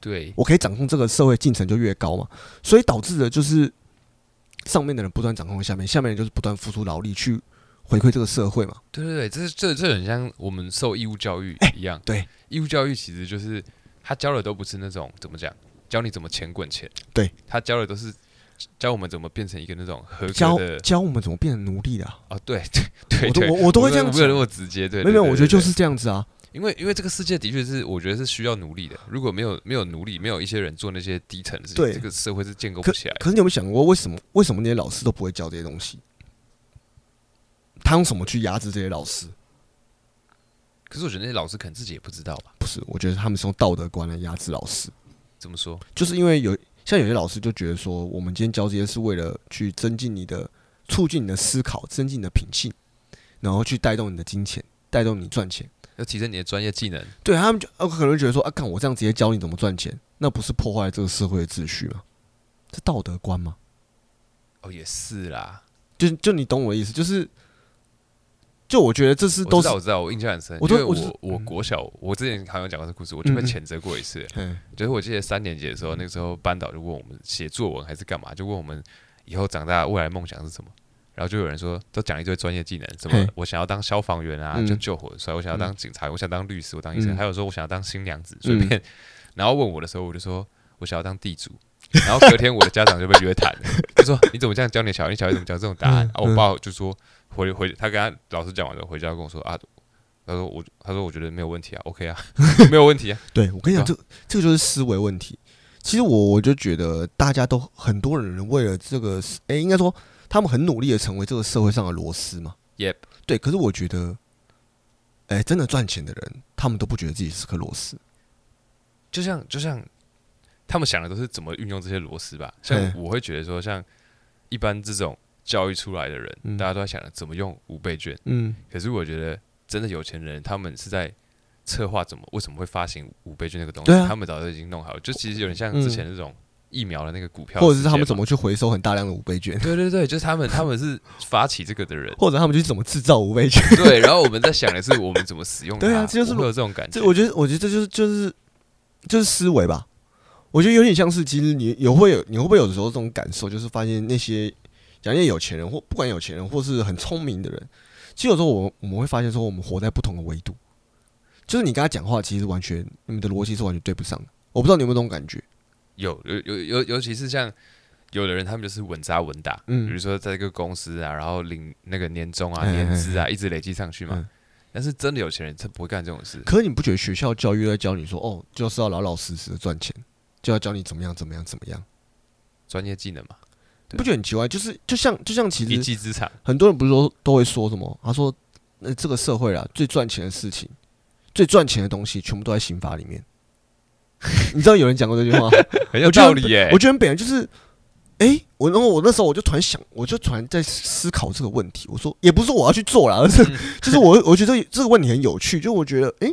对，我可以掌控这个社会进程就越高嘛，所以导致的就是上面的人不断掌控下面，下面人就是不断付出劳力去回馈这个社会嘛。对对对，这这这很像我们受义务教育一样。哎对，义务教育其实就是他教的都不是那种怎么讲，教你怎么钱滚钱。对，他教的都是教我们怎么变成一个那种合教格的教我们怎么变成奴隶的啊、哦，对对对我都对，我我都会这样没有讲那，么直接，对，没有没有，对我觉得就是这样子啊。对对因为因为这个世界的确是，我觉得是需要奴隶的。如果没有没有奴隶，没有一些人做那些低层的事情，对这个社会是建构不可起来的。可是你有没有想过，为什么为什么那些老师都不会教这些东西？他用什么去压制这些老师？可是我觉得那些老师可能自己也不知道吧？不是，我觉得他们是用道德观来压制老师，怎么说？就是因为有像有些老师就觉得说，我们今天教这些是为了去增进你的、促进你的思考、增进你的品性，然后去带动你的金钱，带动你赚钱。要提升你的专业技能，对他们就呃可能觉得说，啊，看我这样直接教你怎么赚钱，那不是破坏这个社会的秩序吗？这道德观吗？哦，也是啦。就就你懂我的意思，就是就我觉得这是我都知是道，我知道，我印象很深，我因都为我知我我嗯国小，我之前好像讲过这故事，我就被嗯嗯谴责过一次。嗯就是我记得三年级的时候，那个时候班导就问我们写作文还是干嘛，就问我们以后长大未来梦想是什么。然后就有人说，都讲一堆专业技能，什么嘿我想要当消防员啊，嗯就救火所以我想要当警察，我想当律师，我当医生，嗯还有说我想要当新娘子，随便。然后问我的时候，我就说我想要当地主。然后隔天我的家长就被约谈了， 就说你怎么这样教你的小孩，你小孩怎么讲这种答案？嗯啊，我爸就说回回他跟他老师讲完之后回家跟我说啊，他说我他说我觉得没有问题啊，OK 啊， 没有问题啊，对，我跟你讲，对这这个就是思维问题。其实我我就觉得，大家都很多人为了这个，哎、应该说他们很努力的成为这个社会上的螺丝嘛。 Yep 对，可是我觉得，哎、真的赚钱的人，他们都不觉得自己是颗螺丝。就像就像他们想的都是怎么运用这些螺丝吧。像嘿我会觉得说，像一般这种教育出来的人，嗯大家都在想着怎么用五倍券。嗯，可是我觉得真的有钱人，他们是在策划怎么为什么会发行五倍券这个东西，对啊他们早就已经弄好了。就其实有点像嗯之前那种疫苗的那个股票，或者是他们怎么？么去回收很大量的五倍券，对对 ，对，就是他们，他们是发起这个的人或者他们去怎么制造五倍券。对。然后我们在想的是，我们怎么使用它，对啊这就是我会有这种感觉这。我觉得，我觉得这就是就是就是思维吧。我觉得有点像是，其实你有会有你会不会有的时候这种感受，就是发现那些讲一些有钱人或不管有钱人或是很聪明的人，其实有时候我们我们会发现说，我们活在不同的维度，就是你跟他讲话，其实完全你们的逻辑是完全对不上的。我不知道你有没有这种感觉？有有有尤尤其是像有的人，他们就是稳扎稳打，嗯比如说在一个公司啊，然后领那个年终啊、哎哎年资啊，一直累积上去嘛。嗯但是真的有钱人，他不会干这种事。可是你不觉得学校教育在教你说，哦，就是要老老实实的赚钱，就要教你怎么样怎么样怎么样？专业技能嘛，对你不觉得很奇怪？就是就像就像其实一技之 长。很多人不是说都会说什么？他说，呃，这个社会啊，最赚钱的事情，最赚钱的东西，全部都在刑法里面。 你知道有人讲过这句 话吗？很有我觉得道理耶、我觉得很北人就是，哎、我然后我那时候我就突然想，我就突然在思考这个问题。我说，也不是说我要去做啦，而是就是我我觉得这个问题很有趣，就我觉得，哎、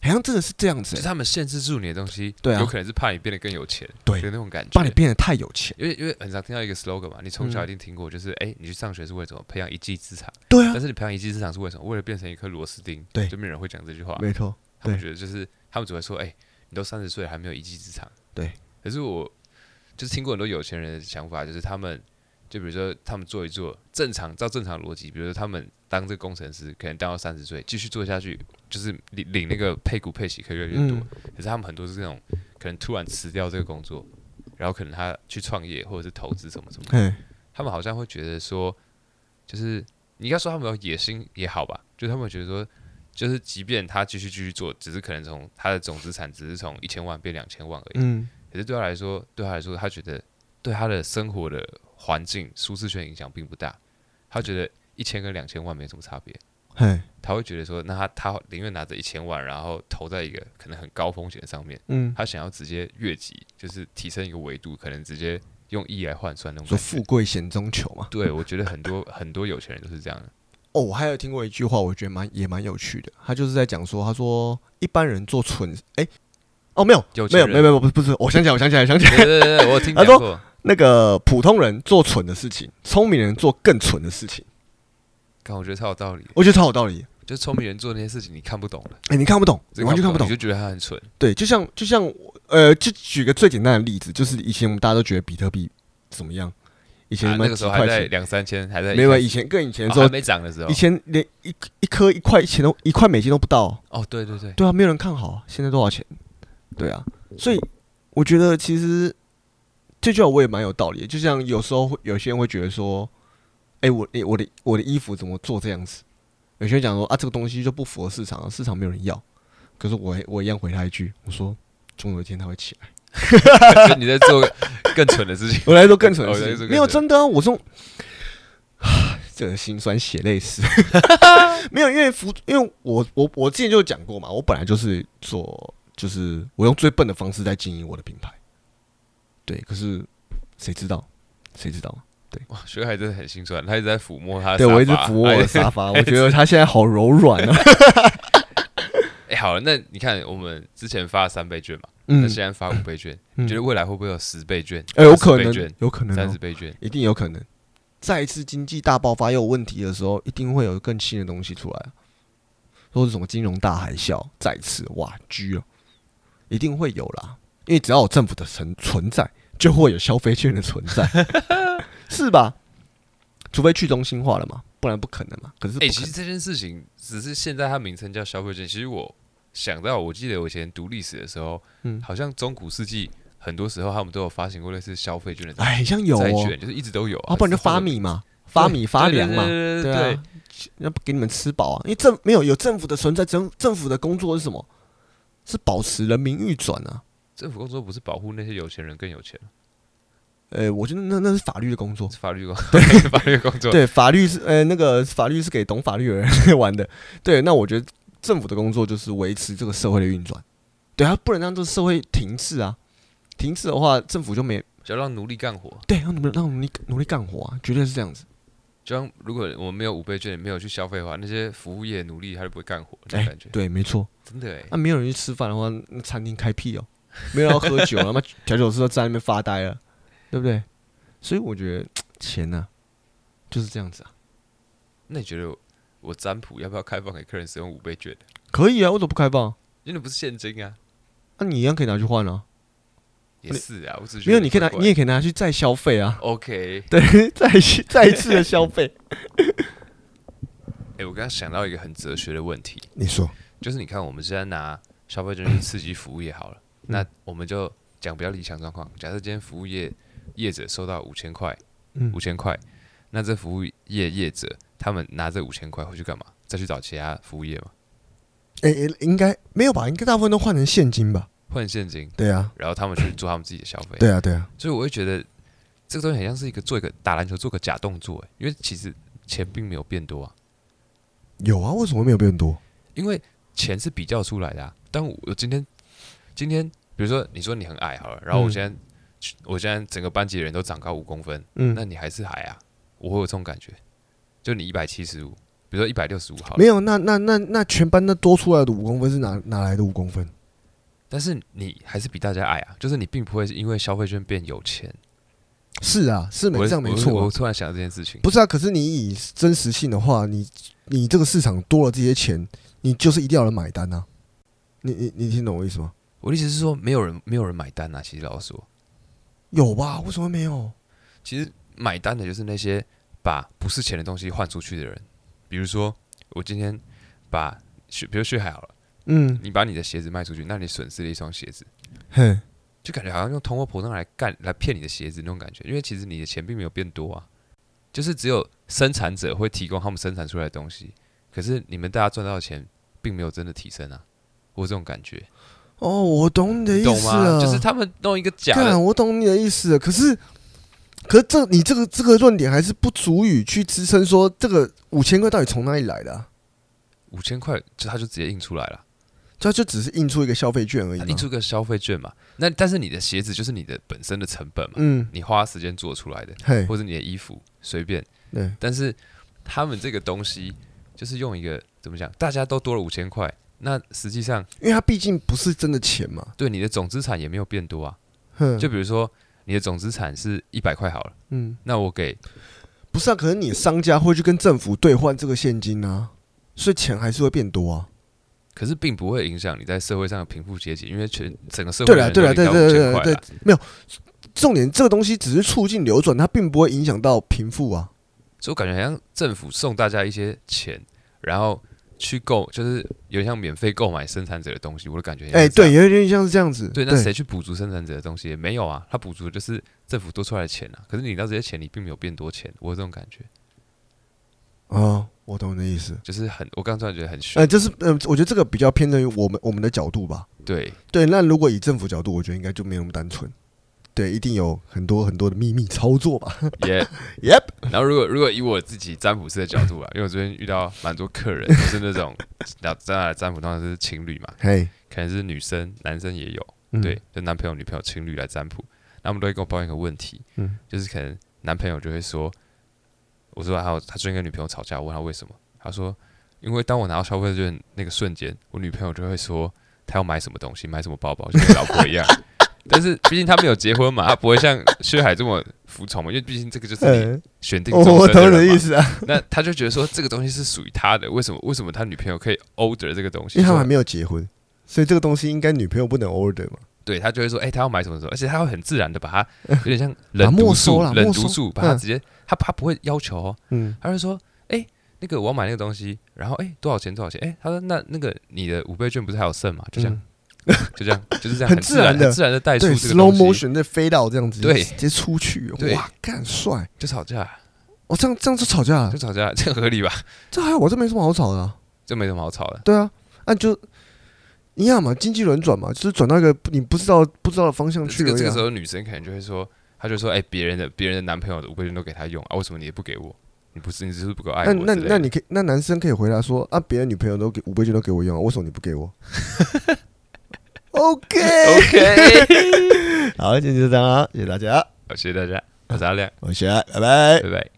好像真的是这样子、就是欸，他们限制住你的东西，对啊有可能是怕你变得更有钱，对的那种感觉把你。变得太有钱。因为因为很常听到一个 slogan 嘛，你从小嗯一定听过，就是哎、你去上学是为了什么？培养一技之长。对啊但，是你培养一技之长是为什么？为了变成一颗螺丝钉。对就没有人会讲这句话。没错，他们对觉得就是他们只会说，哎、你都三十岁了还没有一技之长。对。可是我就是听过很多有钱人的想法，就是他们就比如说他们做一做正常，照正常逻辑，比如说他们当这个工程师，可能当到三十岁继续做下去，就是领领那个配股配息可以越来越多。嗯可是他们很多是那种可能突然辞掉这个工作，然后可能他去创业或者是投资什么什么的，哎，他们好像会觉得说，就是你应该说他们有野心也好吧，就是他们觉得说，就是即便他继续继续做，只是可能从他的总资产只是从一千万变两千万而已，嗯，可是对他来说，对他来说，他觉得对他的生活的环境舒适圈影响并不大，他觉得一千跟两千万没什么差别。嘿，他会觉得说，那他他宁愿拿着一千万，然后投在一个可能很高风险上面，嗯，他想要直接越级，就是提升一个维度，可能直接用亿来换算那种说感觉富。贵险中求嘛。对，我觉得很多很多有钱人都是这样的。哦，我还有听过一句话，我觉得蛮也蛮有趣的。他就是在讲说，他说一般人做蠢，哎、哦没有，有钱没有，人没有，没有，不是不是，我想起来，我想起来，想起来，对对对对，我有听他讲说过。那个普通人做蠢的事情，聪明人做更蠢的事情，看，我觉得超有道理。我觉得超有道理。就是聪明人做那些事情，你看不懂了，哎、你看不懂，你这完全看不懂你。就觉得他很蠢。对，就像就像我呃，就举个最简单的例子，就是以前我们大家都觉得比特币怎么样，以前啊什么那个几时候还块在钱，两三千，还在没有，以一前更以前千的时哦候还，没涨的时候以。前连一一颗一块钱都一块美金都不到哦、哦，对对 对，对啊，没有人看好啊，现在多少钱？对啊，所以我觉得其实这句话我也蛮有道理的。就像有时候会有些人会觉得说，哎、我诶我的我的衣服怎么做这样子？有些人讲说啊，这个东西就不符合市场啊，市场没有人要。可是我还我一样回他一句，我说总有一天他会起来。啊就你在做更蠢的事情。我来说更蠢的哦来事说情，更没有蠢真的啊，我这种， 这个心酸血泪史， 没有，因为服，因为我我我之前就讲过嘛，我本来就是做，就是我用最笨的方式在经营我的品牌，对，可是谁知道，谁知道？哇，学海真的很心酸，他一直在抚摸他的对沙我一直发抚摸我哎的 沙发，我觉得它现在好柔软啊，哎、好了，那你看我们之前发了三倍券嘛，那、嗯，现在发五倍券，嗯你觉得未来会不会有十倍券？哎，有可20倍能券，有可能三哦十，倍券，一定有可能。再一次经济大爆发又有问题的时候，一定会有更新的东西出来，说是什么金融大海啸，再次哇居哦，一定会有啦。因为只要有政府的存存在，就会有消费券的存 在，是吧？除非去中心化了嘛，不然不可能嘛。可是不哎、可能，其实这件事情只是现在它名称叫消费券，其实我想到，我记得我以前读历史的时候，嗯好像中古世纪很多时候他们都有发行过类似消费券的债哎，像有哦，券，就是一直都有、啊，不然就发米嘛，发米发粮嘛，对对对对对啊，要不给你们吃饱啊？因为政没有有政府的存在，政政府的工作是什么？是保持人民运转啊。政府工作不是保护那些有钱人更有钱，呃，我觉得那那是法律的工作。是啊法律工对 法律工作，对，法律是呃那个法律是给懂法律的人 玩的。对，那我觉得政府的工作就是维持这个社会的运转。对啊，不能让这个社会停滞啊！停滞的话，政府就没就要让奴隶干活。对，让你们让奴隶奴隶干活啊，绝对是这样子。就像如果我们没有五倍券，没有去消费的话，那些服务业奴隶他就不会干活，那哎种感觉、对，没错。真的哎、那、没有人去吃饭的话，那餐厅开屁哦， 没有人要喝酒了，他妈调酒师都在那边发呆了，对不对？所以我觉得钱呢、就是这样子啊，那你觉得我占卜要不要开放给客人使用五倍券？可以啊，为什么不开放？因为不是现金啊，那、你一样可以拿去换啊，也是啊，我只是觉没有得你可以拿，怪怪你也可以拿去再消费啊， OK。 对，再 去再一次的消费。哎、我刚刚想到一个很哲学的问题， 你说，就是你看我们现在拿消费券去刺激服务业好了，嗯那我们就讲比较理想状况，假设今天服务业业者收到五千块，嗯五千块，那这服务业业者他们拿这五千块回去干嘛？再去找其他服务业嘛，哎、应该没有吧？应该大部分都换成现金吧？换现金，对啊，然后他们去做他们自己的消费。对啊，对啊，所以我会觉得这个东西很像是一个做一个打篮球做个假动作，欸因为其实钱并没有变多啊，有啊，为什么没有变多？因为钱是比较出来的、啊。但我今天今天比如说你说你很矮好了，然后我嗯现在、我现在整个班级的人都长高五公分，嗯那你还是矮啊，我会有这种感觉。就你一百七十五，比如说一百六十五好没了，有，那那那那全班那多出来的五公分是哪哪来的五公分？但是你还是比大家矮啊，就是你并不会因为消费券变有钱。是啊，是没我这样没我错啊、我突然想到这件事情，不是啊，可是你以真实性的话，你你这个市场多了这些钱，你就是一定要人买单啊。你你你听懂我意思吗？我的意思是说，没有人没有人买单啊。其实老实说，有吧？为什么没有？其实买单的就是那些把不是钱的东西换出去的人。比如说，我今天把血，比如血海好了，嗯，你把你的鞋子卖出去，那你损失了一双鞋子，嘿，就感觉好像用通货膨胀来干来骗你的鞋子那种感觉。因为其实你的钱并没有变多啊，就是只有生产者会提供他们生产出来的东西，可是你们大家赚到的钱并没有真的提升啊，我有这种感觉，哦，我懂你的你意懂思吗？了，就是他们弄一个假的哎啊干，我懂你的意思了。可是，可是这你这个这个论点还是不足以去支撑说这个五千块到底从哪里来的、啊？五千块，就他就直接印出来了，就它就只是印出一个消费券而已他嘛。印啊出个消费券嘛。那但是你的鞋子就是你的本身的成本嘛，嗯，你花时间做出来的，嘿，或者你的衣服随便。对，但是他们这个东西就是用一个怎么讲，大家都多了五千块，那实际上因为它毕竟不是真的钱嘛。对你的总资产也没有变多啊。哼，就比如说你的总资产是一百块好了，嗯，那我给不是啊，可是你商家会去跟政府兑换这个现金啊，所以钱还是会变多啊。可是并不会影响你在社会上的贫富阶级，因为全整个社会对的了，人对都了，对领到对五对千对块对了，，啊没有重点，这个东西只是促进流转，它并不会影响到贫富啊。所以我感觉好像政府送大家一些钱，然后去购，就是有点像免费购买生产者的东西，我的感觉很像哎、这样对，。有点像是这样子。对，那谁去补足生产者的东西？也没有啊，他补足的就是政府多出来的钱啊。可是你领到这些钱，你并没有变多钱，我有这种感觉，哦，我懂你的意思。就是很，我刚突然觉得很虚。呃，就是呃，我觉得这个比较偏重于我们我们的角度吧。对，对，那如果以政府角度，我觉得应该就没有那么单纯。对，一定有很多很多的秘密操作吧。 也 Yep，然后如果如果以我自己占卜师的角度啊，因为我昨天遇到蛮多客人，就是那种那当然占卜通常是情侣嘛，嘿，可能是女生、男生也有，嗯对，，就男朋友、女朋友、情侣来占卜，那他们都会跟我抱怨一个问题，嗯就是可能男朋友就会说，我说还有他最近跟女朋友吵架，我问他为什么，他说因为当我拿到消费券那个瞬间，我女朋友就会说她要买什么东西，买什么包包，就跟老婆一样。 但是毕竟他没有结婚嘛，他不会像薛海这么服从嘛，因为毕竟这个就是你呃，选定我终身我的懂你人的嘛意思啊，那他就觉得说这个东西是属于他的，为什么？为什么他女朋友可以 order 这个东西？因为他们还说没有结婚，所以这个东西应该女朋友不能 order 嘛。对他就会说，哎、他要买什么什么，而且他会很自然的把它有点像冷嗯没读收数、啦冷读没收数，把它嗯直接，他他不会要求、哦，嗯，他就说，哎、那个我要买那个东西，然后哎、多少钱多少钱？哎、他说那那个你的五倍券不是还有剩吗？就这样、 就这样就是这样嗯很很自然的很自然的带出对这个，slow 东西， motion 在飞到这样子，对直接出去，对哇，干帅！就吵架，啊哦，这样这样就吵架了就，吵架，啊 这合理吧？这还好，我这没什么好吵的啊。这没什么好吵的。对啊，那、你就一样嘛，经济轮转嘛，就是转到一个你不知道不知道的方向去这而已、个啊。这个时候女生可能就会说，她就说，哎、别人的别人的男朋友的五倍券都给他用啊，为什么你也不给我？你不是你是不是不够爱我那那之类那的你可以，那男生可以回答说啊，别人女朋友都给五倍券都给我用啊，为什么你不 给我？OK， OK， 好，今天就这样啊，谢谢大家，好，谢谢大家，我是阿亮，哎我是阿，拜拜。拜拜。